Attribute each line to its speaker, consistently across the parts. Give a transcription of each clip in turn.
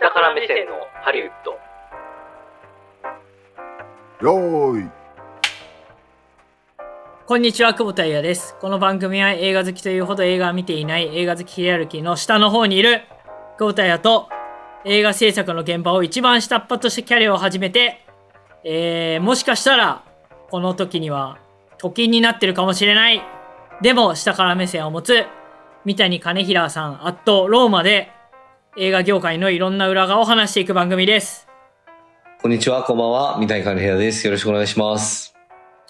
Speaker 1: 下から目線のハリウッド
Speaker 2: よーい
Speaker 3: こんにちは、久保田也です。この番組は映画好きというほど映画を見ていない映画好きヒエラルキーの下の方にいる久保田也と映画制作の現場を一番下っ端としてキャリアを始めて、えー、もしかしたらこの時には貯金になってるかもしれない。でも下から目線を持つ三谷兼平さん、アットローマで映画業界のいろんな裏側を話していく番組です。
Speaker 4: こんにちは、こんばんは。三谷兼平です。よろしくお願いします。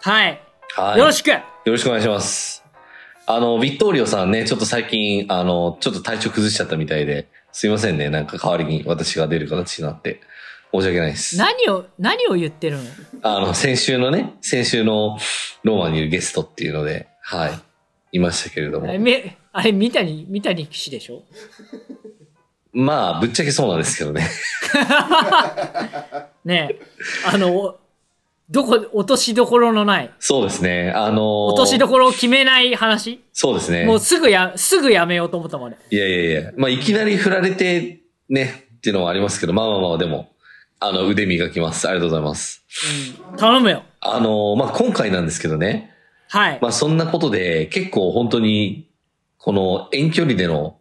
Speaker 3: はい。
Speaker 4: はい。
Speaker 3: よろしく
Speaker 4: よろしくお願いします。あの、ビットーリオさんね、ちょっと最近、あの、ちょっと体調崩しちゃったみたいで、すいませんね。なんか代わりに私が出る形になって、申し訳ないです。
Speaker 3: 何を、何を言ってるの
Speaker 4: あの、先週のね、先週のローマにいるゲストっていうので、はい。いましたけれど
Speaker 3: あ
Speaker 4: も
Speaker 3: れ、。めあれ三谷、三谷騎士でしょ
Speaker 4: まあ、ぶっちゃけそうなんですけどね。
Speaker 3: ね え、あの、おどこ、落としどころのない、
Speaker 4: そうですね。あの、
Speaker 3: 落としどころを決めない話、
Speaker 4: そうですね。
Speaker 3: もうすぐや、すぐやめようと思ったもんね。
Speaker 4: いやいやいや、まあ、いきなり振られて、ね、っていうのもありますけど、まあまあまあ、でも、あの、腕磨きます。ありがとうございます。
Speaker 3: うん、頼むよ。
Speaker 4: あの、まあ、今回なんですけどね、
Speaker 3: はい。
Speaker 4: まあ、そんなことで、結構本当に、この遠距離での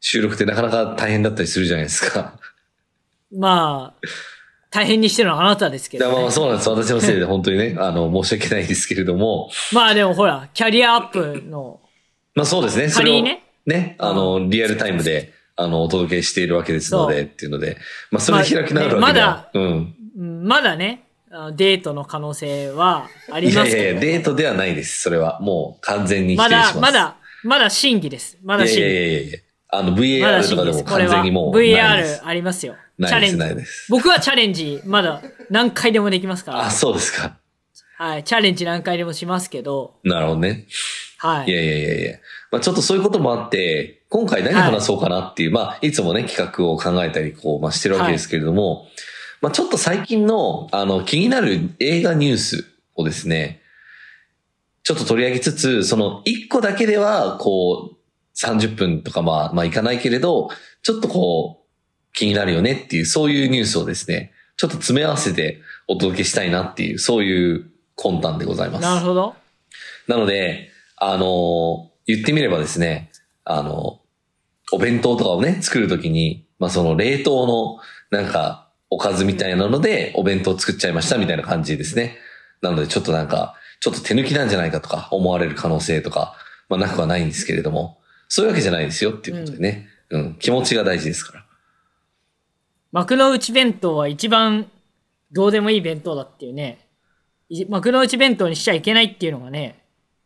Speaker 4: 収録ってなかなか大変だったりするじゃないですか。
Speaker 3: まあ、大変にしてるのはあなたですけ
Speaker 4: だから
Speaker 3: ど、
Speaker 4: ま
Speaker 3: ね
Speaker 4: あまあ、。そうなんです。私のせいで本当にね、あの、申し訳ないですけれども、
Speaker 3: まあでもほら、キャリアアップの、
Speaker 4: まあそうですね。そ
Speaker 3: 仮
Speaker 4: れ
Speaker 3: に
Speaker 4: を
Speaker 3: ね
Speaker 4: ね、あの、リアルタイムで、あの、お届けしているわけですので、っていうので、まあ、それで開き直るわけでは、うん。
Speaker 3: うんまだね、あデートの可能性はあり
Speaker 4: い
Speaker 3: ま
Speaker 4: や
Speaker 3: す
Speaker 4: いやい
Speaker 3: け
Speaker 4: や、
Speaker 3: ど、
Speaker 4: デートではないです。それは。もう完全に否
Speaker 3: ま
Speaker 4: 定します。
Speaker 3: だ、まだ、まだ審議です。まだ
Speaker 4: い
Speaker 3: 審議。
Speaker 4: やいやいやいや。あ
Speaker 3: ま
Speaker 4: の、
Speaker 3: だ
Speaker 4: VAR
Speaker 3: 審
Speaker 4: とか
Speaker 3: 議で
Speaker 4: でも
Speaker 3: す。これ
Speaker 4: 完
Speaker 3: は
Speaker 4: 全にもうないです。
Speaker 3: VR ありますよ。チ
Speaker 4: な
Speaker 3: ャ
Speaker 4: いで
Speaker 3: レ
Speaker 4: す
Speaker 3: ンジ
Speaker 4: ないです
Speaker 3: 僕はチャレンジ、まだ何回でもできますから
Speaker 4: あ、。そうですか。
Speaker 3: はい、チャレンジ何回でもしますけど、
Speaker 4: なるほどね。
Speaker 3: はいい。
Speaker 4: やいやいやいや。まあちょっとそういうこともあって、今回何話そうかなっていう、まあいつもね、企画を考えたり、こう、まあしてるわけですけれども、まあちょっと最近の、あの、気になる映画ニュースをですね、ちょっと取り上げつつ、その一個だけでは、こう、30分とかまあ、まあいかないけれど、ちょっとこう、気になるよねっていう、そういうニュースをですね、ちょっと詰め合わせてお届けしたいなっていう、そういう魂胆でございます。
Speaker 3: なるほど。
Speaker 4: なので、あのー言ってみればですね、あのお弁当とかをね、作るときに、まあ、その冷凍の、なんか、おかずみたいなので、お弁当作っちゃいましたみたいな感じですね。なので、ちょっとなんか、ちょっと手抜きなんじゃないかとか、思われる可能性とか、まあ、なくはないんですけれども、そういうわけじゃないですよっていうことでね。うん、気持ちが大事ですから。
Speaker 3: 幕の内弁当は一番どうでもいい弁当だっていうね、い幕の内弁当にしちゃいけないっていうのがね、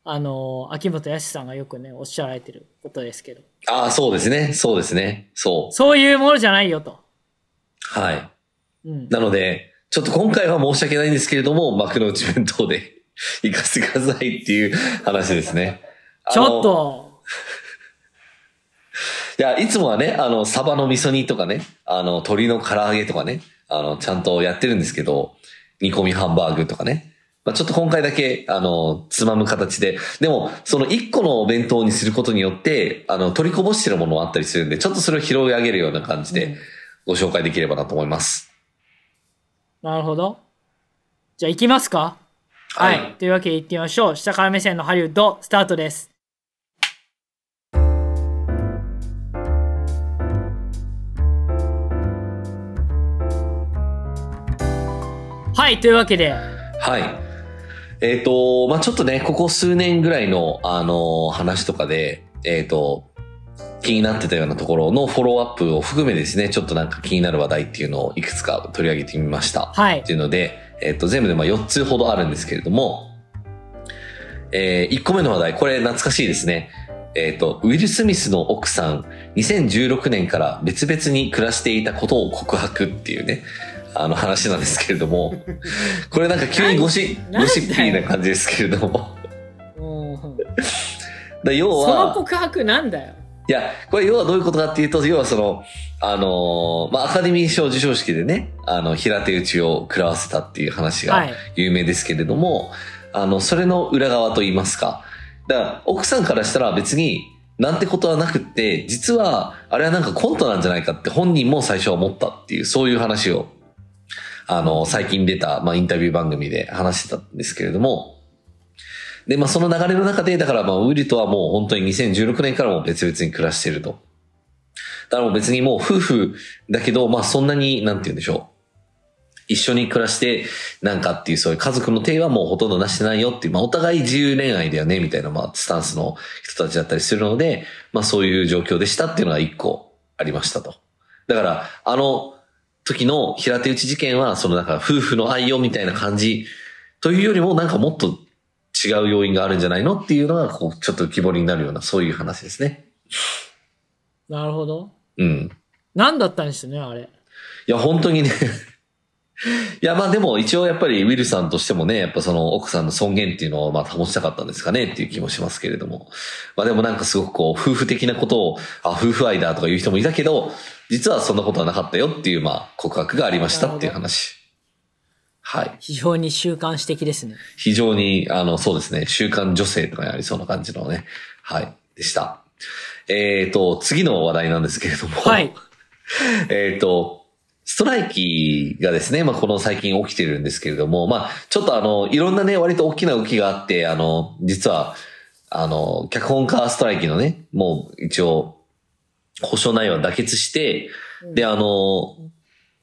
Speaker 3: あの、秋元康さんがよくね、おっしゃられてることですけど、
Speaker 4: ああ、そうですね。そうですね。そう。
Speaker 3: そういうものじゃないよと。
Speaker 4: はい。
Speaker 3: うん。
Speaker 4: なので、ちょっと今回は申し訳ないんですけれども、幕の内弁当で 行かせてくださいっていう 話ですね。
Speaker 3: ちょっ
Speaker 4: あの。
Speaker 3: と、
Speaker 4: いや、いつもはね、あの、サバの味噌煮とかね、あの、鶏の唐揚げとかね、あの、ちゃんとやってるんですけど、煮込みハンバーグとかね。まあ、ちょっと今回だけ、あの、つまむ形で。でも、その一個のお弁当にすることによって、あの、取りこぼしてるものもあったりするんで、ちょっとそれを拾い上げるような感じ
Speaker 3: うん
Speaker 4: で、ご紹介できればなと思います。
Speaker 3: なるほど。じゃあ行きますかはい、というわけで行ってみましょう。下から目線のハリウッド、スタートです。はい、というわけで、
Speaker 4: はい。えっ、と、まあちょっとね、ここ数年ぐらいの、あのー話とかで、えっ、と、気になってたようなところのフォローアップを含めですね、ちょっとなんか気になる話題っていうのをいくつか取り上げてみました。
Speaker 3: はい
Speaker 4: っていうので、えっ、と、全部でまあ4つほどあるんですけれども、えー、1個目の話題、これ懐かしいですね。えっ、と、ウィル・スミスの奥さん、2016年から別々に暮らしていたことを告白っていうね、あの話なんですけれども、 これなんか急にゴシ
Speaker 3: なんだよ
Speaker 4: ゴシッピーな感じですけれども。
Speaker 3: うん
Speaker 4: だ要
Speaker 3: その
Speaker 4: は、
Speaker 3: 告白なんだよ。
Speaker 4: いや、これ要はどういうことかっていうと、要はその、あのーまあ、アカデミー賞授賞式でね、あの、平手打ちを食らわせたっていう話が、
Speaker 3: はい。
Speaker 4: 有名ですけれども、あの、それの裏側と言いますか。だから、奥さんからしたら別に、なんてことはなくって、実は、あれはなんかコントなんじゃないかって本人も最初は思ったっていう、そういう話を、あの、最近出た、まあ、インタビュー番組で話してたんですけれども、で、まあ、その流れの中で、だから、まあ、ウィリとはもう本当に2016年からも別々に暮らしていると。だからもう別にもう夫婦だけど、まあ、そんなに、なんて言うんでしょう。一緒に暮らして、なんかっていう、そういう家族の手はもうほとんどなしてないよっていう、まあ、お互い自由恋愛だよね、みたいな、まあ、スタンスの人たちだったりするので、まあ、そういう状況でしたっていうのが一個ありましたと。だから、あの時の平手打ち事件は、そのなんか夫婦の愛用みたいな感じというよりも、なんかもっと違う要因があるんじゃないのっていうのが、こう、ちょっと浮き彫りになるような、そういう話ですね。
Speaker 3: なるほど。
Speaker 4: うん。
Speaker 3: 何だったんですね、あれ。
Speaker 4: いや、本当にね。 いや、まあでも一応やっぱりウィルさんとしてもね、やっぱその奥さんの尊厳っていうのをまあ保ちたかったんですかねっていう気もしますけれども。まあでもなんかすごくこう、夫婦的なことを、あ、夫婦愛だとか言う人もいたけど、実はそんなことはなかったよっていうまあ告白がありましたっていう話。はい。
Speaker 3: 非常に習慣史的ですね。
Speaker 4: 非常に、あの、そうですね、週刊女性とかにありそうな感じのね、はい、でした。えっ、と、次の話題なんですけれども。
Speaker 3: はい。
Speaker 4: えっ、と、ストライキがですね、まあ、この最近起きてるんですけれども、まあ、ちょっとあの、いろんなね、割と大きな動きがあって、あの、実は、あの、脚本家ストライキのね、もう一応、保障内容は妥結して、で、あの、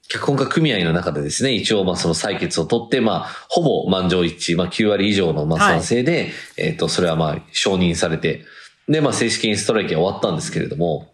Speaker 4: 脚本家組合の中でですね、一応、まあ、その採決を取って、まあ、ほぼ満場一致、まあ、9割以上の、まあ、
Speaker 3: はい
Speaker 4: 賛成で、えっ、と、それはまあ、承認されて、で、まあ、正式にストライキは終わったんですけれども、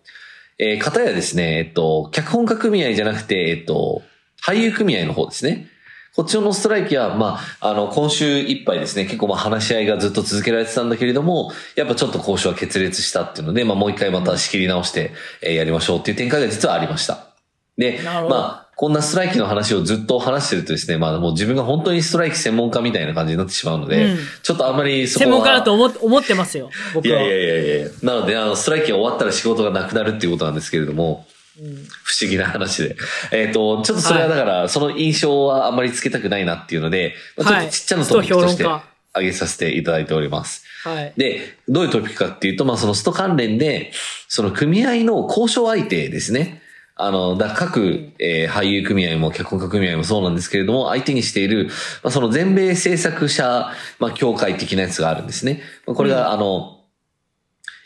Speaker 4: えー、片やですね、えっと、脚本家組合じゃなくて、えっと、俳優組合の方ですね。こっちのストライキは、まあ、あの、今週いっぱいですね、結構まあ話し合いがずっと続けられてたんだけれども、やっぱちょっと交渉は決裂したっていうので、まあもう一回また仕切り直して、えーやりましょうっていう展開が実はありました。で、
Speaker 3: なるほど
Speaker 4: まあ、こんなストライキの話をずっと話してるとですね、まあもう自分が本当にストライキ専門家みたいな感じになってしまうので、
Speaker 3: うん
Speaker 4: ちょっとあんまりそこ
Speaker 3: 専
Speaker 4: は。
Speaker 3: 門家だと思思ってますよ、僕
Speaker 4: い
Speaker 3: は。
Speaker 4: やいやいやいや。なので、あの、ストライキが終わったら仕事がなくなるっていうことなんですけれども、
Speaker 3: うん
Speaker 4: 不思議な話で。えっ、と、ちょっとそれはだから、その印象はあんまりつけたくないなっていうので、まあちょっとちっちゃなトピックとして
Speaker 3: はいスト評論
Speaker 4: 上げさせていただいております。
Speaker 3: はい。
Speaker 4: で、どういうトピックかっていうと、まあ、そのスト関連で、その組合の交渉相手ですね。あの、だ各、えー俳優組合も脚本家組合もそうなんですけれども、相手にしている、まあ、その全米制作者、まあ、協会的なやつがあるんですね。まあこれが、あの、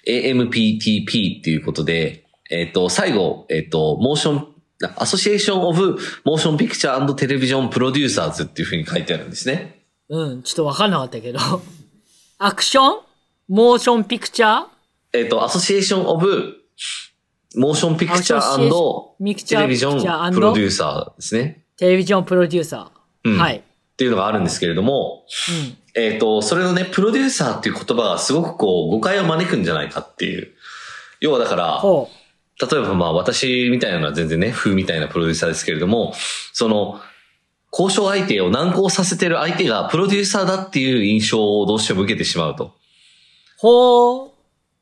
Speaker 4: AMPTP っていうことで、えっ、と、最後、えっ、と、モーション、アソシエーションオブモーションピクチャーテレビジョンプロデューサーズっていうふうに書いてあるんですね。
Speaker 3: うん、ちょっとわかんなかったけど。 アクションモーションピクチャー
Speaker 4: えっ、と、アソシエーション・オブ・モーション・ピクチャ
Speaker 3: アソシエーション
Speaker 4: ー
Speaker 3: ミクチ
Speaker 4: テ
Speaker 3: ャー
Speaker 4: レビジ
Speaker 3: ピクチャ
Speaker 4: ョ
Speaker 3: ー
Speaker 4: ン・プロデューサーですね。
Speaker 3: テレビジョンプロデューサー。
Speaker 4: うん
Speaker 3: はい。
Speaker 4: っていうのがあるんですけれども、
Speaker 3: うん。
Speaker 4: えっ、と、それのね、プロデューサーっていう言葉がすごくこう、誤解を招くんじゃないかっていう。要はだから、
Speaker 3: ほ
Speaker 4: 例えばまあ私みたいなのは全然ね、風みたいなプロデューサーですけれども、その、交渉相手を難航させてる相手がプロデューサーだっていう印象をどうしても受けてしまうと。
Speaker 3: う。ほう。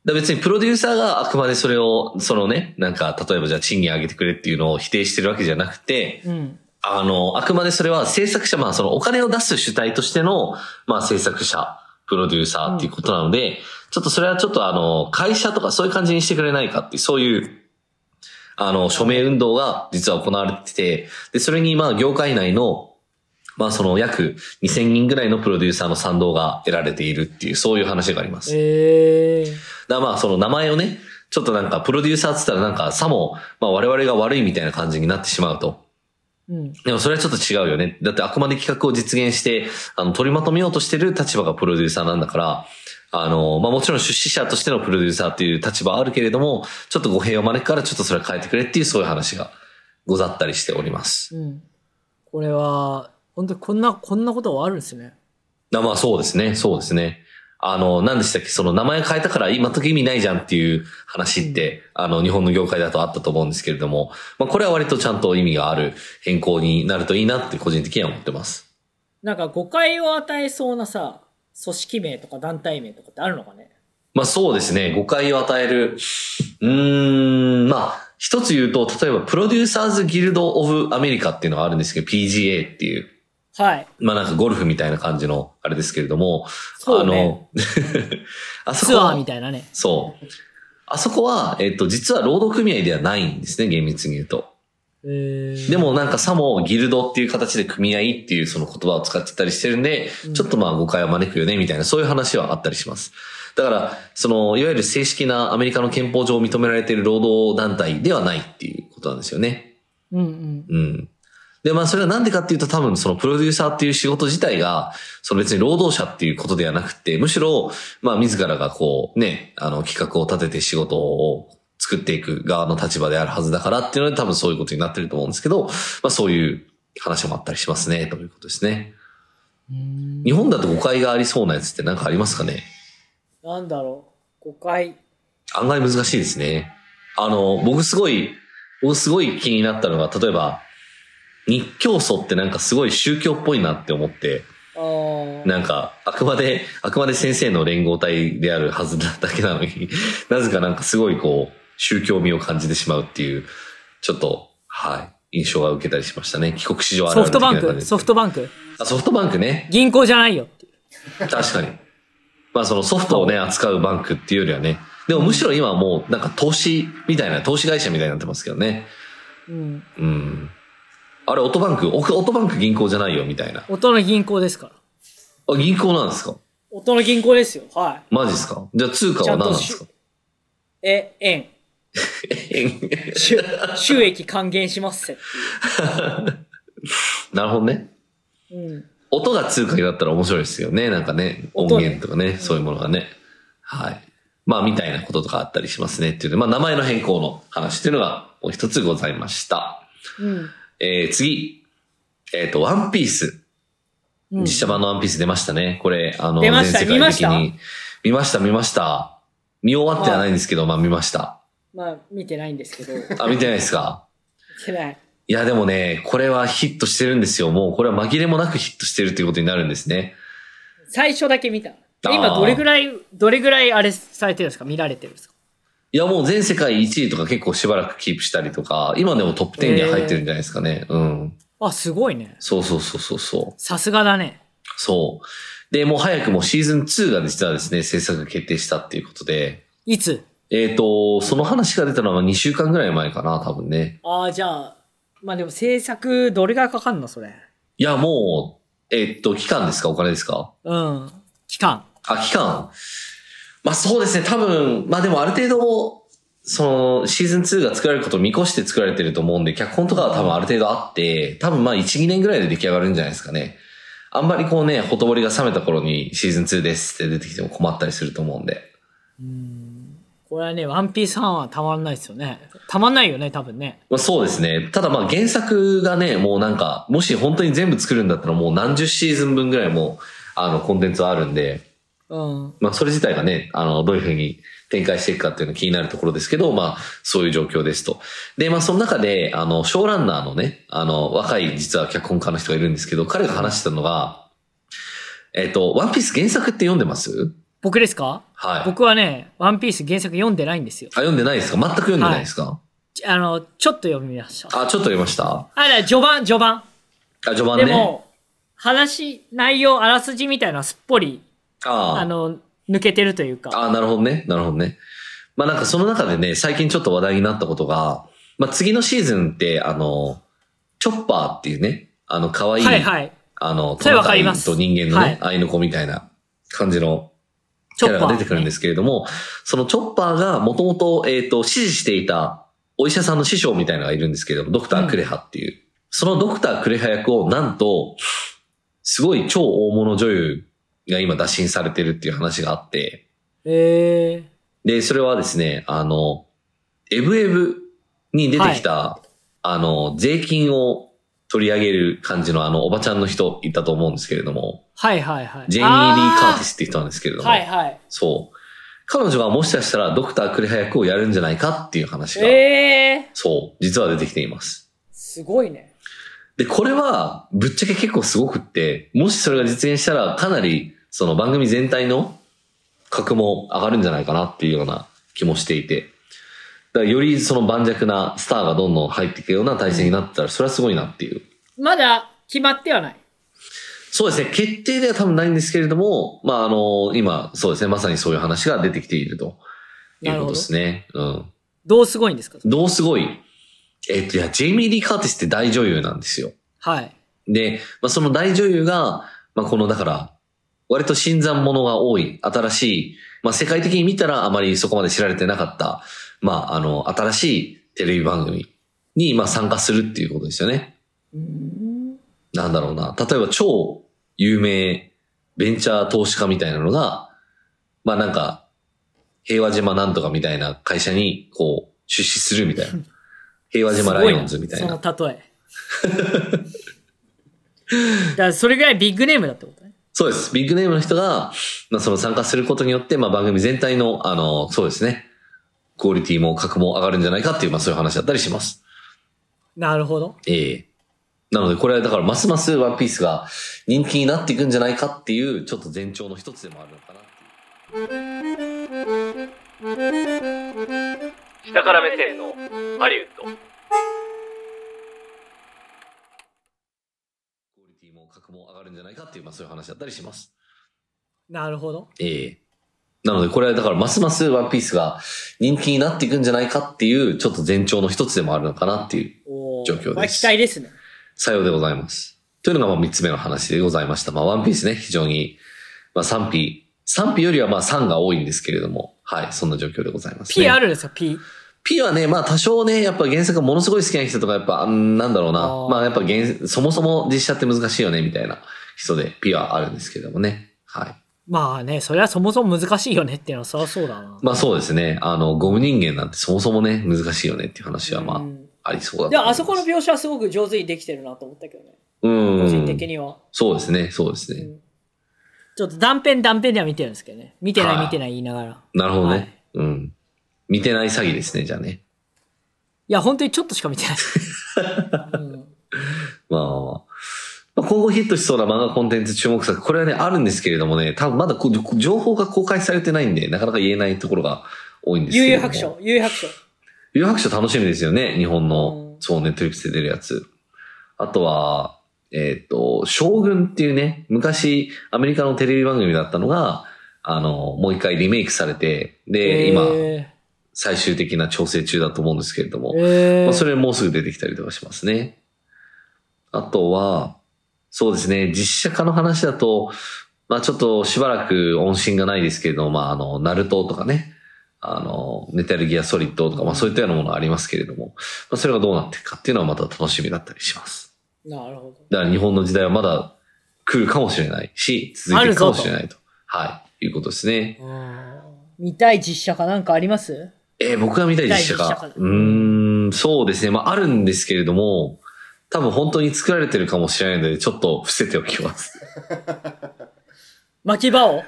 Speaker 4: だから別にプロデューサーがあくまでそれを、そのね、なんか、例えばじゃあ賃金上げてくれっていうのを否定してるわけじゃなくて、
Speaker 3: うん。
Speaker 4: あの、あくまでそれは制作者、まあそのお金を出す主体としての、まあ制作者、プロデューサーっていうことなので、ちょっとそれはちょっとあの、会社とかそういう感じにしてくれないかっていう、そういう、あの、署名運動が実は行われてて、で、それにまあ業界内の、まあその約2000人ぐらいのプロデューサーの賛同が得られているっていう、そういう話があります。
Speaker 3: ええ
Speaker 4: だからまあその名前をね、ちょっとなんかプロデューサーっつったらなんかさも、まあ我々が悪いみたいな感じになってしまうと。
Speaker 3: うん。
Speaker 4: でもそれはちょっと違うよね。だってあくまで企画を実現して、あの、取りまとめようとしてる立場がプロデューサーなんだから、あの、まあもちろん出資者としてのプロデューサーっていう立場はあるけれども、ちょっと語弊を招くからちょっとそれは変えてくれっていうそういう話がござったりしております。
Speaker 3: うん。これは、本当にこんな、こんなことがあるんですね。
Speaker 4: だまあそうですね、そうですね。あの、何でしたっけ、その名前変えたから今時意味ないじゃんっていう話って、あの、日本の業界だとあったと思うんですけれども、まあこれは割とちゃんと意味がある変更になるといいなって個人的には思ってます。
Speaker 3: なんか誤解を与えそうなさ、組織名とか団体名とかってあるのかね
Speaker 4: まあそうですね、誤解を与える。うーん、まあ、一つ言うと、例えばプロデューサーズギルド・オブ・アメリカっていうのがあるんですけど、PGA っていう、
Speaker 3: はい。
Speaker 4: まあなんかゴルフみたいな感じの、あれですけれども、
Speaker 3: そうね
Speaker 4: あの、あそこ
Speaker 3: ツアーみたいなね。
Speaker 4: そう。あそこは、えっと、実は労働組合ではないんですね、厳密に言うと。
Speaker 3: えー、
Speaker 4: でもなんかさもギルドっていう形で組合っていうその言葉を使ってたりしてるんで
Speaker 3: うん、
Speaker 4: ちょっとまあ誤解を招くよねみたいなそういう話はあったりします。だから、その、いわゆる正式なアメリカの憲法上認められている労働団体ではないっていうことなんですよね。
Speaker 3: うんうん
Speaker 4: うん。で、まあそれはなんでかっていうと多分そのプロデューサーっていう仕事自体が、その別に労働者っていうことではなくて、むしろ、まあ自らがこうね、あの企画を立てて仕事を作っていく側の立場であるはずだからっていうので多分そういうことになってると思うんですけど、まあそういう話もあったりしますね、ということですね。
Speaker 3: うーん
Speaker 4: 日本だと誤解がありそうなやつって何かありますかね
Speaker 3: なんだろう誤解
Speaker 4: 案外難しいですね。あの、僕すごい、僕すごい気になったのが、例えば、日教祖ってなんかすごい宗教っぽいなって思って、
Speaker 3: あー
Speaker 4: なんか、あくまで、あくまで先生の連合体であるはずだだけなのに、 なぜかなんかすごいこう、宗教味を感じてしまうっていう、ちょっと、はい、印象が受けたりしましたね。帰国史上ある
Speaker 3: ソ
Speaker 4: あ
Speaker 3: フ
Speaker 4: る
Speaker 3: ト
Speaker 4: 的な
Speaker 3: バン
Speaker 4: 感じ
Speaker 3: クソフトバンク
Speaker 4: あソフトバンクね。
Speaker 3: 銀行じゃないよっていう
Speaker 4: 確かに。まあそのソフトをね、扱うバンクっていうよりはね、でもむしろ今はもうなんか投資みたいな、投資会社みたいになってますけどね。
Speaker 3: うん、
Speaker 4: うん。あれ、オトバンク、オオトバンク銀行じゃないよみたいな。
Speaker 3: 音の銀行ですから
Speaker 4: あ、銀行なんですか
Speaker 3: 音の銀行ですよは
Speaker 4: マジですかじゃあ通貨
Speaker 3: ちゃ
Speaker 4: は
Speaker 3: んと
Speaker 4: 何なんですか
Speaker 3: いえ 円収収益還元しますって
Speaker 4: なるほどね。
Speaker 3: いう、うん、
Speaker 4: 音が通貨になったら面白いですよね。なんかね、
Speaker 3: 音ね
Speaker 4: 音源とかね、そういうものがね。はい。まあ、みたいなこととかあったりしますねっていうので、まあ、名前の変更の話っていうのがもう一つございました。
Speaker 3: うん
Speaker 4: えー、次。えっ、と、ワンピース。
Speaker 3: うん、
Speaker 4: 実写版のワンピース出ましたね。これ、あの、
Speaker 3: 出ました
Speaker 4: 全世界的
Speaker 3: 見
Speaker 4: に。見ました、見ました。見終わってはないんですけど、まあ見ました。
Speaker 3: まあ見てないんですけど見
Speaker 4: あ、見てないですか
Speaker 3: てない
Speaker 4: いや、でもね、これはヒットしてるんですよ。もう、これは紛れもなくヒットしてるっていうことになるんですね。
Speaker 3: 最初だけ見た
Speaker 4: あー
Speaker 3: 今どれぐらいどれぐらいあれされてるんですか見られてるんですか
Speaker 4: いや、もう全世界1位とか結構しばらくキープしたりとか、今でもトップ10には入ってるんじゃないですかね。うん。
Speaker 3: あすごいね
Speaker 4: そうそうそうそうそう。
Speaker 3: さすがだね
Speaker 4: そう。で、もう早くもシーズン2が実はですね、制作が決定したっていうことで、
Speaker 3: いつ
Speaker 4: えっ、と、その話が出たのは2週間ぐらい前かな、多分ね。
Speaker 3: ああじゃあまあでも制作どれがかかんのそれ
Speaker 4: いや、もう、えっ、と、期間ですかお金ですか
Speaker 3: うん期間
Speaker 4: あ、期間。まあそうですね、多分、まあでもある程度、その、シーズン2が作られることを見越して作られてると思うんで、脚本とかは多分ある程度あって、多分まあ1、2年ぐらいで出来上がるんじゃないですかね。あんまりこうね、ほとぼりが冷めた頃にシーズン2ですって出てきても困ったりすると思うんで。
Speaker 3: これはねワンピースファンはたまんないですよねたまんないよね多分ね
Speaker 4: まあそうですね。ただまあ原作がね、もうなんか、もし本当に全部作るんだったらもう何十シーズン分ぐらいもう、あの、コンテンツはあるんで、
Speaker 3: うん
Speaker 4: まあ、それ自体がね、あの、どういうふうに展開していくかっていうのが気になるところですけど、まあ、そういう状況ですと。で、まあ、その中で、あの、ショーランナーのね、あの、若い実は脚本家の人がいるんですけど、彼が話してたのが、えっと、ワンピース原作って読んでます
Speaker 3: 僕ですか
Speaker 4: はい。あ、
Speaker 3: 僕はねワンピース原作読んでないんですよ
Speaker 4: 読んでないですか全く読んでないですか、
Speaker 3: ちあのちょっと読みました
Speaker 4: あ、ちょっと読みましたあ、
Speaker 3: あら序盤序盤
Speaker 4: 序盤
Speaker 3: で
Speaker 4: ね。
Speaker 3: も、話、内容、あらすじみたいなのはすっぽり、
Speaker 4: あ
Speaker 3: あ
Speaker 4: あ
Speaker 3: の、抜けてるというか。
Speaker 4: ああ、なるほどね。なるほどね。まあなんかその中でね、最近ちょっと話題になったことが、まあ次のシーズンって、あの、チョッパーっていうね、あの、可愛い、
Speaker 3: はいはい。
Speaker 4: あの、
Speaker 3: それわかります
Speaker 4: トナカイと人間のね、
Speaker 3: は
Speaker 4: アイヌ子みたいな感じの
Speaker 3: チ
Speaker 4: キ
Speaker 3: ョ
Speaker 4: ャラ
Speaker 3: ッパ
Speaker 4: が
Speaker 3: ー。
Speaker 4: 出てくるんですけれども、そのチョッパーがもともと、えっ、と、支持していたお医者さんの師匠みたいなのがいるんですけれども、ドクター・クレハっていう。そのドクター・クレハ役をなんと、すごい超大物女優が今打診されてるっていう話があって、
Speaker 3: え
Speaker 4: で、それはですね、あの、エブエブに出てきた、あの、税金を取り上げる感じのあの、おばちゃんの人いたと思うんですけれども、
Speaker 3: ー、はいはいはい。
Speaker 4: ジェニー・リー・カーティ
Speaker 3: ス。
Speaker 4: スって人なんですけれども、
Speaker 3: はいはい。
Speaker 4: そう。彼女がもしかしたらドクター・クレハ役をやるんじゃないかっていう話が、
Speaker 3: えー、
Speaker 4: そう、実は出てきています。
Speaker 3: すごいね。
Speaker 4: で、これは、ぶっちゃけ結構すごくって、もしそれが実現したら、かなり、その番組全体の格も上がるんじゃないかなっていうような気もしていて、だからよりその盤石なスターがどんどん入っていくような体制になったら、それはすごいなっていう。
Speaker 3: まだ決まってはない。
Speaker 4: そうですね、決定では多分ないんですけれども、まあ、あの、今、そうですね、まさにそういう話が出てきているということですね。うん。
Speaker 3: どうすごいんですか
Speaker 4: どうすごいえっと、いや、ジェイミー・リー・カーティスって大女優なんですよ。
Speaker 3: はい。
Speaker 4: で、まあ、その大女優が、まあ、この、だから、割と新参者が多い、新しい、まあ、世界的に見たらあまりそこまで知られてなかった、まあ、あの、新しいテレビ番組に、まあ、参加するっていうことですよね。なんだろうな。例えば超有名ベンチャー投資家みたいなのが、まあなんか、平和島なんとかみたいな会社に、こう、出資するみたいな。平和島ライオンズみたいな。
Speaker 3: すごいなその 例え。だからそれぐらいビッグネームだってことね。
Speaker 4: そうです。ビッグネームの人が、まあ、その参加することによって、まあ番組全体の、あの、そうですね、クオリティも格も上がるんじゃないかっていう、まあそういう話だったりします。
Speaker 3: なるほど。
Speaker 4: ええなので、これはだから、ますますワンピースが人気になっていくんじゃないかっていう、ちょっと前兆の一つでもあるのかなっていう。
Speaker 1: 下から目線のハリウッド
Speaker 4: クオリティも格も上がるんじゃないかっていう、まあそういう話だったりします。
Speaker 3: なるほど。
Speaker 4: ええなので、これはだから、ますますワンピースが人気になっていくんじゃないかっていう、ちょっと前兆の一つでもあるのかなっていう、
Speaker 3: おー
Speaker 4: 状況です
Speaker 3: これは期待ですね。
Speaker 4: さようでございます。というのが、まあ三つ目の話でございました。まあワンピースね、非常に、まあ賛否、賛否よりはまあ賛が多いんですけれども、はい、そんな状況でございます、ね。
Speaker 3: P あるんですか ?P。
Speaker 4: P はね、まあ多少ね、やっぱ原作がものすごい好きな人とか、やっぱ、うんなんだろうな。
Speaker 3: あー
Speaker 4: まあやっぱ原、そもそも実写って難しいよね、みたいな人で P はあるんですけどもね。はい。
Speaker 3: まあね、それはそもそも難しいよねっていうのはそりゃそうだな。
Speaker 4: まあそうですね。あの、ゴム人間なんてそもそもね、難しいよねっていう話は
Speaker 3: う
Speaker 4: ま
Speaker 3: ん
Speaker 4: あ、ありそうだと思います
Speaker 3: でもあそこの描写はすごく上手にできてるなと思ったけどね。
Speaker 4: うん。
Speaker 3: 個人的には。
Speaker 4: そうですね、そうですね。
Speaker 3: うんちょっと断片断片では見てるんですけどね。見てな
Speaker 4: はいい
Speaker 3: 見てない言いながら。
Speaker 4: なるほどね、
Speaker 3: はい
Speaker 4: うん。見てない詐欺ですね、じゃあね。
Speaker 3: いや、本当にちょっとしか見てない。 うん
Speaker 4: まあまあまあ、まあ今後ヒットしそうな漫画コンテンツ注目作、これはね、あるんですけれどもね、多分まだこう情報が公開されてないんで、なかなか言えないところが多いんですけ
Speaker 3: 悠
Speaker 4: れ
Speaker 3: 々
Speaker 4: ども。
Speaker 3: 白書、悠々白書。
Speaker 4: 悠々白書楽しみですよね、日本
Speaker 3: うん
Speaker 4: の、そう、ネットリックスで出るやつ。あとは、えっ、と、将軍っていうね、昔アメリカのテレビ番組だったのが、あの、もう一回リメイクされて、で、今、
Speaker 3: え
Speaker 4: 最終的な調整中だと思うんですけれども
Speaker 3: ー、えー
Speaker 4: まあ、それもうすぐ出てきたりとかしますね。あとは、そうですね、実写化の話だと、まあちょっとしばらく音信がないですけれども、まああの、ナルトとかね、あの、メタルギアソリッドとか、まあそういったようなものありますけれども、まあそれがどうなっていくかっていうのはまた楽しみだったりします。
Speaker 3: なるほど。
Speaker 4: だから日本の時代はまだ来るかもしれないし、続いていくかもしれないと。はい、いうことですね。
Speaker 3: 見たい実写かなんかあります
Speaker 4: えー僕が見たい実写
Speaker 3: 見たい実写
Speaker 4: 化
Speaker 3: 化。
Speaker 4: うーん、そうですね。まあ、あるんですけれども、多分本当に作られてるかもしれないので、ちょっと伏せておきます。
Speaker 3: 巻き場を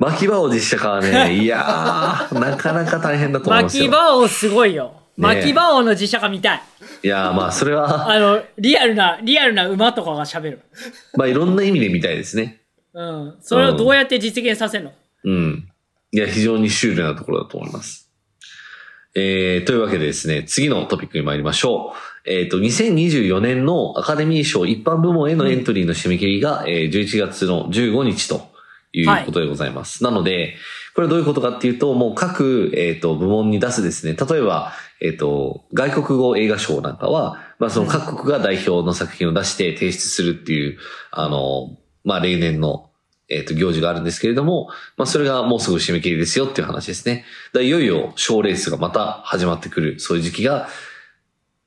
Speaker 4: 巻き場を実写化は ね、いやー、なかなか大変だと思いま
Speaker 3: 巻
Speaker 4: すよ。
Speaker 3: き場をすごいよ。
Speaker 4: ねえ
Speaker 3: 巻き場をの実写化見たい。
Speaker 4: いやー、まあ、それ は、
Speaker 3: あの、リアルな、リアルな馬とかが喋る。
Speaker 4: まあ、いろんな意味で見たいですね。
Speaker 3: うん。それをどうやって実現させるの
Speaker 4: うん。いや、非常にシュールなところだと思います。えー、というわけでですね、次のトピックに参りましょう。えっ、と、2024年のアカデミー賞一般部門へのエントリーの締め切りが、えー11月の15日ということでございます。なので、これはどういうことかっていうと、もう各、えっ、と、部門に出すですね、例えば、えっ、と、外国語映画賞なんかは、まあその各国が代表の作品を出して提出するっていう、あの、まあ例年の、えっ、と、行事があるんですけれども、まあそれがもうすぐ締め切りですよっていう話ですね。だからいよいよ賞レースがまた始まってくる、そういう時期が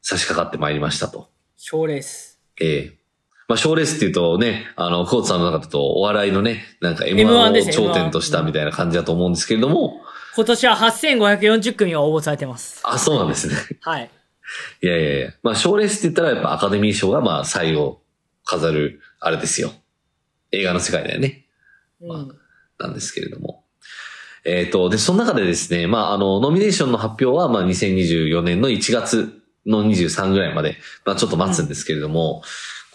Speaker 4: 差し掛かってまいりましたと。
Speaker 3: 賞レース。
Speaker 4: ええまあ、賞レースっていうとね、あの、コーツさんの中だとお笑いのね、なんか
Speaker 3: M1 で
Speaker 4: M1 を
Speaker 3: すよ
Speaker 4: 頂点としたみたいな感じだと思うんですけれども、
Speaker 3: 今年は8540組が応募されてます。
Speaker 4: あ、そうなんですね。
Speaker 3: はい。
Speaker 4: いやいやいや。まあ、賞レースって言ったらやっぱアカデミー賞がまあ、最を飾る、あれですよ。映画の世界だよね。
Speaker 3: うん。
Speaker 4: なんですけれども。えっ、と、で、その中でですね、まあ、あの、ノミネーションの発表は、まあ、2024年の1月の23ぐらいまで、まあ、ちょっと待つんですけれども、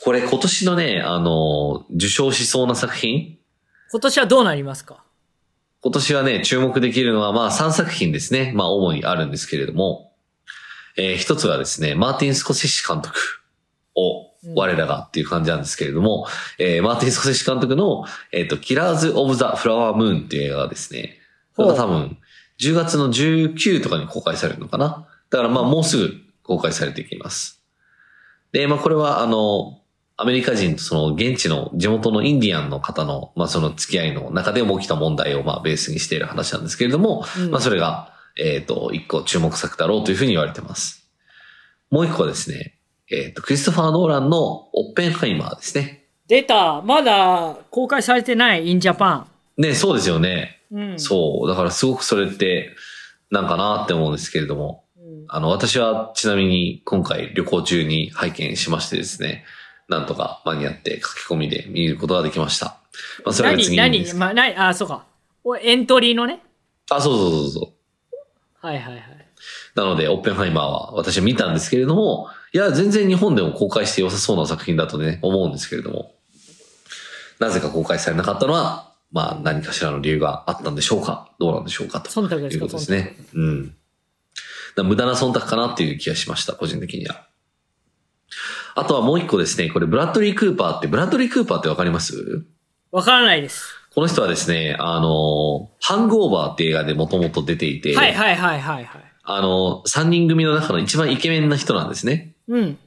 Speaker 4: これ今年のね、あの、受賞しそうな作品、
Speaker 3: 今年はどうなりますか
Speaker 4: 今年はね、注目できるのは、まあ、3作品ですね。まあ、主にあるんですけれども、えー一つはですね、マーティン・スコセッシ監督を、我らがっていう感じなんですけれども、えーマーティン・スコセッシ監督の、えっ、と、キラーズ・オブ・ザ・フラワームーンっていう映画がですね、これが多分、 10月の19とかに公開されるのかな。だからまあもうすぐ公開されていきます。で、まあこれはあの、アメリカ人とその現地の地元のインディアンの方の、まあその付き合いの中でも起きた問題をまあベースにしている話なんですけれども、
Speaker 3: うん
Speaker 4: まあそれが、えっ、と、一個注目作だろうというふうに言われてます。もう一個はですね、えっ、と、クリストファー・ノーランのオッペンハイマーですね。
Speaker 3: 出たまだ公開されてない in Japan。
Speaker 4: ね、そうですよね。
Speaker 3: うん。
Speaker 4: そう。だからすごくそれって、なんかなって思うんですけれども、
Speaker 3: うん。
Speaker 4: あの、私はちなみに今回旅行中に拝見しましてですね、なんとか間に合って書き込みで見ることができました。まあ、それは別
Speaker 3: 何、
Speaker 4: にいいんで
Speaker 3: 何、
Speaker 4: す
Speaker 3: まあ、ない、あ、そうか。おエントリーのね。
Speaker 4: あ、そうそうそうそ
Speaker 3: はいはいはい。
Speaker 4: う。なので、オッペンハイマーは私は見たんですけれども、いや、全然日本でも公開して良さそうな作品だとね、思うんですけれども、なぜか公開されなかったのは、まあ何かしらの理由があったんでしょうかどうなんでしょうかと。
Speaker 3: 忖度で
Speaker 4: とい
Speaker 3: す
Speaker 4: う
Speaker 3: か、
Speaker 4: ことで
Speaker 3: 忖
Speaker 4: す
Speaker 3: 度。
Speaker 4: ね。うん。だから無駄な忖度かなっていう気がしました、個人的には。あとはもう一個ですね、これブラッドリー・クーパーって、ブラッドリー・クーパーってわかります
Speaker 3: わからないです。
Speaker 4: この人はですね、あの、ハングオーバーって映画でもともと出ていて、
Speaker 3: はいはいはいはいはい。
Speaker 4: あの、三人組の中の一番イケメンな人なんですね。
Speaker 3: うん。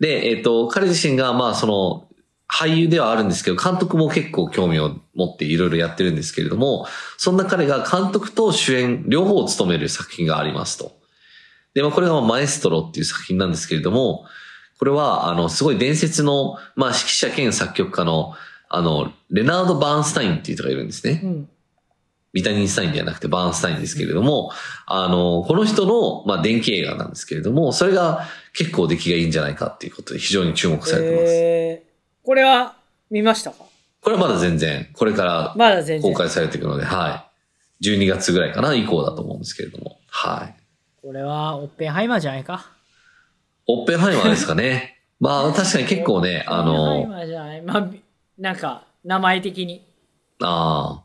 Speaker 4: で、えっ、と、彼自身が、まあ、その、俳優ではあるんですけど、監督も結構興味を持っていろいろやってるんですけれども、そんな彼が監督と主演、両方を務める作品がありますと。で、まあ、これがまあマエストロっていう作品なんですけれども、これは、あの、すごい伝説の、まあ、指揮者兼作曲家の、あの、レナード・バーンスタインっていう人がいるんですね。
Speaker 3: うん。
Speaker 4: ビタニンスタインではなくてバーンスタインですけれども、あの、この人の、まあ、電気映画なんですけれども、それが結構出来がいいんじゃないかっていうことで非常に注目されてます。
Speaker 3: えー、これは見ましたか
Speaker 4: これはまだ全然、これから
Speaker 3: まだ全然。
Speaker 4: 公開されていくので、はい。12月ぐらいかな、以降だと思うんですけれども、はい。
Speaker 3: これはオッペンハイマーじゃないか。
Speaker 4: オッペンハイマーです かね。まあ、確かに結構ね、あ
Speaker 3: オッペンハイ
Speaker 4: の、
Speaker 3: マーじゃない。まあ、びなんか、名前的に。
Speaker 4: ああ、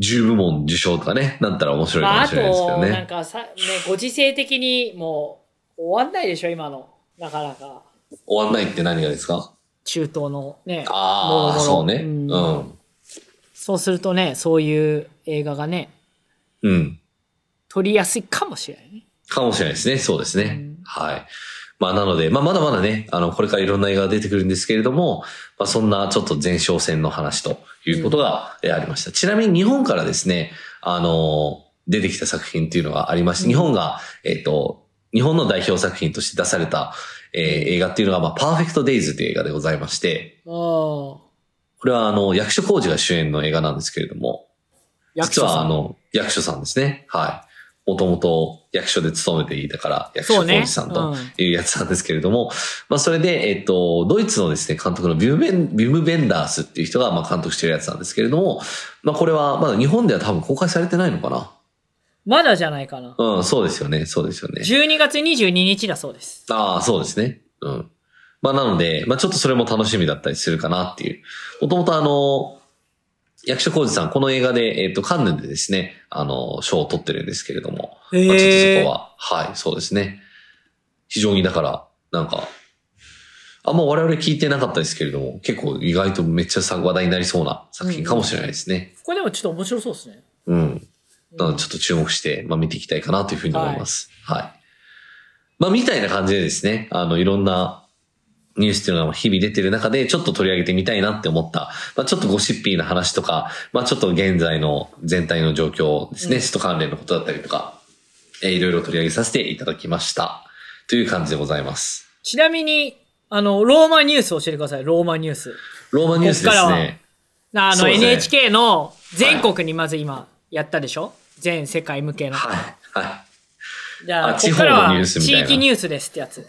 Speaker 4: 10部門受賞とかね、なったら面白いか
Speaker 3: まあ、
Speaker 4: も
Speaker 3: あ
Speaker 4: しれないですけど
Speaker 3: と、
Speaker 4: ね。
Speaker 3: なんかさ、ね、ご時世的にもう終わんないでしょ、今の。なかなか。
Speaker 4: 終わんないって何がですか
Speaker 3: 中東のね。
Speaker 4: ああ、そうね。
Speaker 3: ん
Speaker 4: うん。
Speaker 3: そうするとね、そういう映画がね、
Speaker 4: うん。
Speaker 3: 撮りやすいかもしれないね。
Speaker 4: かもしれないですね。そうですね。
Speaker 3: うん
Speaker 4: はい。まあ、なので、まあ、まだまだね、あの、これからいろんな映画が出てくるんですけれども、まあ、そんなちょっと前哨戦の話ということがえーありました。ちなみに日本からですね、あの、出てきた作品っていうのがありまして、
Speaker 3: うん
Speaker 4: 日本が、えっ、と、日本の代表作品として出された、えー映画っていうのが、まあ、パーフェクトデイズという映画でございまして、
Speaker 3: ああ。
Speaker 4: これはあの、役所広司が主演の映画なんですけれども、
Speaker 3: 役
Speaker 4: 実
Speaker 3: 所
Speaker 4: は
Speaker 3: さ
Speaker 4: あ
Speaker 3: ん。
Speaker 4: の、役所さんですね。はい。もともと役所で勤めていたから、役所
Speaker 3: そうね
Speaker 4: 広司さんと
Speaker 3: う
Speaker 4: いうやつなんですけれども、まあそれで、えっと、ドイツのですね、監督のビムベン、ビムベンダースっていう人が、まあ監督してるやつなんですけれども、まあこれは、まだ日本では多分公開されてないのかな。
Speaker 3: まだじゃないかな。
Speaker 4: うん、そうですよね、そうですよね。
Speaker 3: 12月22日だそうです。
Speaker 4: ああ、そうですね。うん。まあなので、まあちょっとそれも楽しみだったりするかなっていう。もともとあの、役所広司さん、この映画で、えっ、と、カンヌでですね、あの、賞を取ってるんですけれども、
Speaker 3: へー
Speaker 4: まあちょっとそこは、はい、そうですね。非常にだから、なんか、あんま我々聞いてなかったですけれども、結構意外とめっちゃさ話題になりそうな作品かもしれないですね。
Speaker 3: これでもちょっと面白そうですね。
Speaker 4: うん。なのでちょっと注目して、まあ見ていきたいかなというふうに思います。はい。まあみたいな感じでですね、あの、いろんなニュースっていうのが日々出てる中で、ちょっと取り上げてみたいなって思った、まあちょっとゴシッピーな話とか、まあちょっと現在の全体の状況ですね、
Speaker 3: うん
Speaker 4: 首都関連のことだったりとか、えーいろいろ取り上げさせていただきました。という感じでございます。
Speaker 3: ちなみに、あの、ローマニュース教えてください、ローマニュース。
Speaker 4: ローマニュースで
Speaker 3: こっ
Speaker 4: す
Speaker 3: からは
Speaker 4: ね。
Speaker 3: ああ
Speaker 4: そ
Speaker 3: の、
Speaker 4: うですね
Speaker 3: NHK の全国にまず今やったでしょ全世界向けの。
Speaker 4: はい。はい。
Speaker 3: じゃあ、
Speaker 4: あ
Speaker 3: ここから
Speaker 4: 地方のニュ
Speaker 3: は
Speaker 4: ース
Speaker 3: 地
Speaker 4: みたいな
Speaker 3: 域ニュースですってやつ。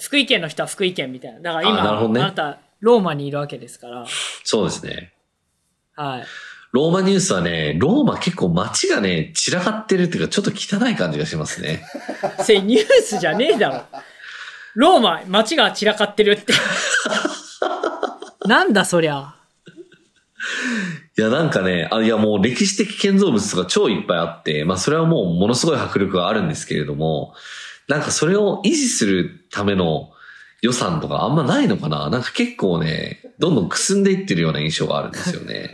Speaker 3: 福井県の人は福井県みたいな。だから今、
Speaker 4: あなるほどね
Speaker 3: あなた、ローマにいるわけですから。
Speaker 4: そうですね。
Speaker 3: はい。
Speaker 4: ローマニュースはね、ローマ結構街がね、散らかってるっていうか、ちょっと汚い感じがしますね。
Speaker 3: それニュースじゃねえだろ。ローマ、街が散らかってるっ て。なんだそりゃ。
Speaker 4: いや、なんかね、あいやもう歴史的建造物とか超いっぱいあって、まあそれはもうものすごい迫力があるんですけれども、なんかそれを維持するための予算とかあんまないのかななんか結構ね、どんどんくすんでいってるような印象があるんですよね。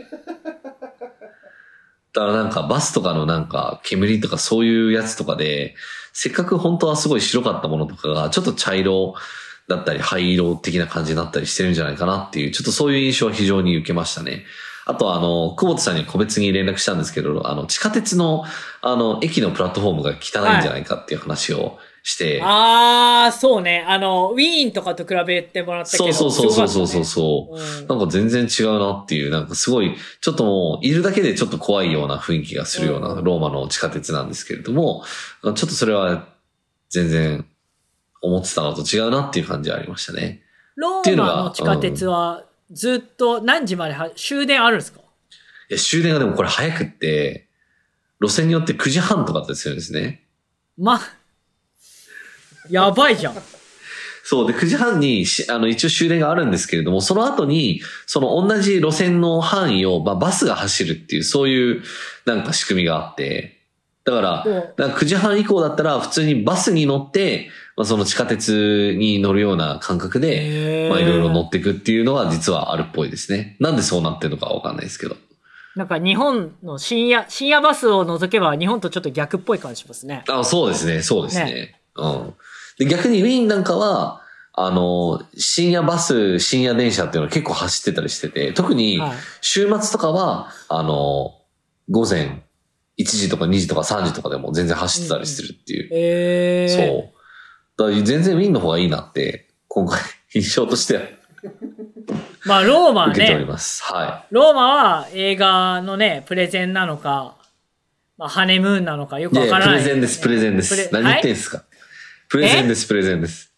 Speaker 4: だからなんかバスとかのなんか煙とかそういうやつとかで、せっかく本当はすごい白かったものとかが、ちょっと茶色だったり灰色的な感じになったりしてるんじゃないかなっていう、ちょっとそういう印象は非常に受けましたね。あとはあの、久保田さんに個別に連絡したんですけど、あの、地下鉄の、あの、駅のプラットフォームが汚いんじゃないかっていう話をして、
Speaker 3: あー、そうね。あの、ウィーンとかと比べてもらったけ
Speaker 4: そ
Speaker 3: ど。
Speaker 4: うそうそうそうそうそう
Speaker 3: す
Speaker 4: そう。
Speaker 3: ごかったね
Speaker 4: なんか全然違うなっていう、なんかすごい、ちょっともう、いるだけでちょっと怖いような雰囲気がするよう
Speaker 3: う
Speaker 4: なんローマの地下鉄なんですけれども、ちょっとそれは全然思ってたのと違うなっていう感じはありましたね。
Speaker 3: ロ
Speaker 4: ってい
Speaker 3: ー
Speaker 4: うの
Speaker 3: マ
Speaker 4: が
Speaker 3: の地下鉄はずっと何時までは終電あるんですか
Speaker 4: いや、終電がでもこれ早くって、路線によって9時半とかだったりするんですね。
Speaker 3: ま、 やばいじゃ ん。
Speaker 4: そう。で、9時半にし、あの、一応終電があるんですけれども、その後に、その同じ路線の範囲を、まあ、バスが走るっていう、そういう、なんか仕組みがあって、だから、
Speaker 3: うん
Speaker 4: だから9時半以降だったら、普通にバスに乗って、まあ、その地下鉄に乗るような感覚で、まあ、いろいろ乗っていくっていうのは実はあるっぽいですね。なんでそうなってるのかはわかんないですけど。
Speaker 3: なんか日本の深夜、深夜バスを除けば日本とちょっと逆っぽい感じしますね。
Speaker 4: あ、そうですね、そうですね。うん。で、逆にウィーンなんかは、あの、深夜バス、深夜電車っていうのは結構走ってたりしてて、特に
Speaker 3: はい
Speaker 4: 週末とかは、あの、午前1時とか2時とか3時とかでも全然走ってたりするっていう。
Speaker 3: えー、
Speaker 4: そう。だから全然ウィーンの方がいいなって、今回印象としては
Speaker 3: まあローマは
Speaker 4: 受けており
Speaker 3: ね、
Speaker 4: ます。は
Speaker 3: ローマは映画のね、プレゼンなのか、まあハネムーンなのかよ
Speaker 4: い。
Speaker 3: く
Speaker 4: いや
Speaker 3: わ
Speaker 4: い
Speaker 3: か
Speaker 4: や、
Speaker 3: ら
Speaker 4: プ
Speaker 3: ない、
Speaker 4: レゼンです、プレゼンで
Speaker 3: プレ
Speaker 4: す。何言ってんすかプレゼンです、プレゼンです。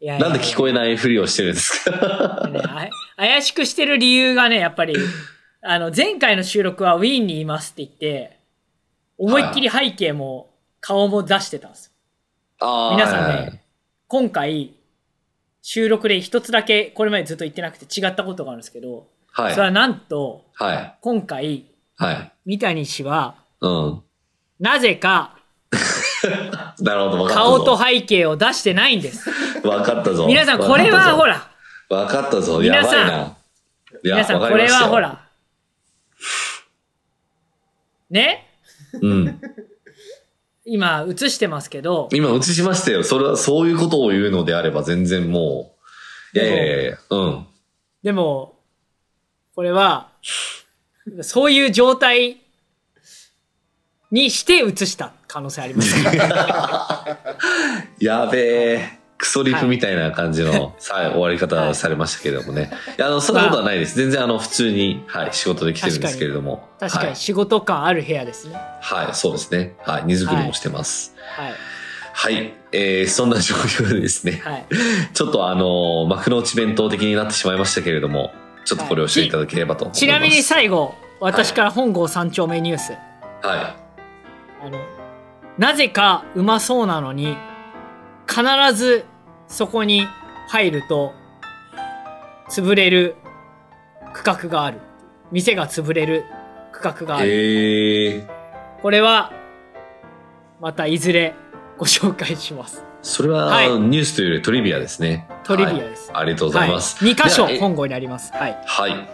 Speaker 3: いやいや
Speaker 4: なんで聞こえないふりをしてるんですか
Speaker 3: ねあ怪しくしてる理由がね、やっぱり、あの、前回の収録はウィーンにいますって言って、思いっきり背景も顔も出してたんですよ。
Speaker 4: あー
Speaker 3: 皆さんね
Speaker 4: はいはい
Speaker 3: 今回、収録で一つだけ、これまでずっと言ってなくて違ったことがあるんですけど、
Speaker 4: はい。
Speaker 3: それはなんと、
Speaker 4: はい。
Speaker 3: 今回、
Speaker 4: はい。
Speaker 3: 三谷氏は、
Speaker 4: うん。
Speaker 3: なぜか
Speaker 4: なるほど、分かったぞ。
Speaker 3: 顔と背景を出してないんです。
Speaker 4: 分かったぞ。
Speaker 3: 皆さん、これはほら、
Speaker 4: 分かったぞ。分か
Speaker 3: 皆
Speaker 4: ったぞ。
Speaker 3: さん
Speaker 4: やばいな。いや
Speaker 3: 皆さん、こ
Speaker 4: わかり
Speaker 3: れ
Speaker 4: ました
Speaker 3: は
Speaker 4: よ
Speaker 3: ほら、ね
Speaker 4: うん。
Speaker 3: 今映してますけど、
Speaker 4: 今映しましたよ。それは、そういうことを言うのであれば全然もう。いやいやいやいや、うん。
Speaker 3: でも、これは、そういう状態にして映した可能性あります。
Speaker 4: やべえ。クソリフみたいな感じの、さ終わり方をされましたけれどもね。いや、あの、そんなことはないです。全然、あの、普通に、はい、仕事で来てるんですけれども。
Speaker 3: 確か
Speaker 4: は
Speaker 3: に
Speaker 4: い。
Speaker 3: 仕事感ある部屋ですね。
Speaker 4: はい、そうですね。はい、荷造りもしてます。
Speaker 3: はい。
Speaker 4: はい、えー、そんな状況でですね。
Speaker 3: はい。
Speaker 4: ちょっとあの、幕の内弁当的になってしまいましたけれども、ちょっとこれをしていただければと思います。
Speaker 3: ちなみに最後、私から本郷三丁目ニュース。
Speaker 4: はい。
Speaker 3: あの、なぜかうまそうなのに、必ずそこに入ると、潰れる区画がある。店が潰れる区画がある。
Speaker 4: えー、
Speaker 3: これは、またいずれご紹介します。
Speaker 4: それは、
Speaker 3: はい
Speaker 4: ニュースというよりトリビアですね。
Speaker 3: トリビア
Speaker 4: はい
Speaker 3: です
Speaker 4: ありがとうございます。
Speaker 3: はい、2箇所
Speaker 4: ではえ
Speaker 3: 本郷にあります。はい。
Speaker 4: はい。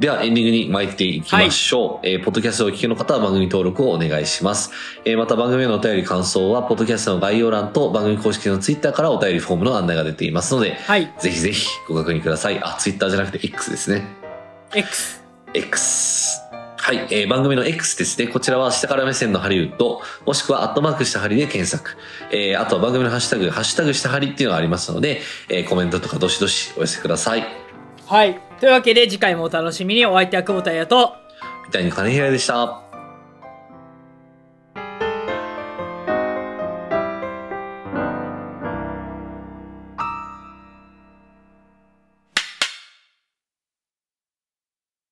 Speaker 4: では、エンディングに参っていきましょう。えーポッドキャストをお聞きの方は番組登録をお願いします。えーまた番組へのお便り感想は、ポッドキャストの概要欄と番組公式のツイッターからお便りフォームの案内が出ていますので、
Speaker 3: はい。
Speaker 4: ぜひぜひご確認ください。あ、ツイッターじゃなくて X ですね。
Speaker 3: X。
Speaker 4: X。はい、えー番組の X ですね。こちらは下から目線のハリウッド、もしくはアットマークしたハリで検索。えーあとは番組のハッシュタグ、ハッシュタグしたハリっていうのがありますので、えーコメントとかどしどしお寄せください。
Speaker 3: はい。というわけで次回もお楽しみに。お相手は久保田彩と、
Speaker 4: みたいに金平でした。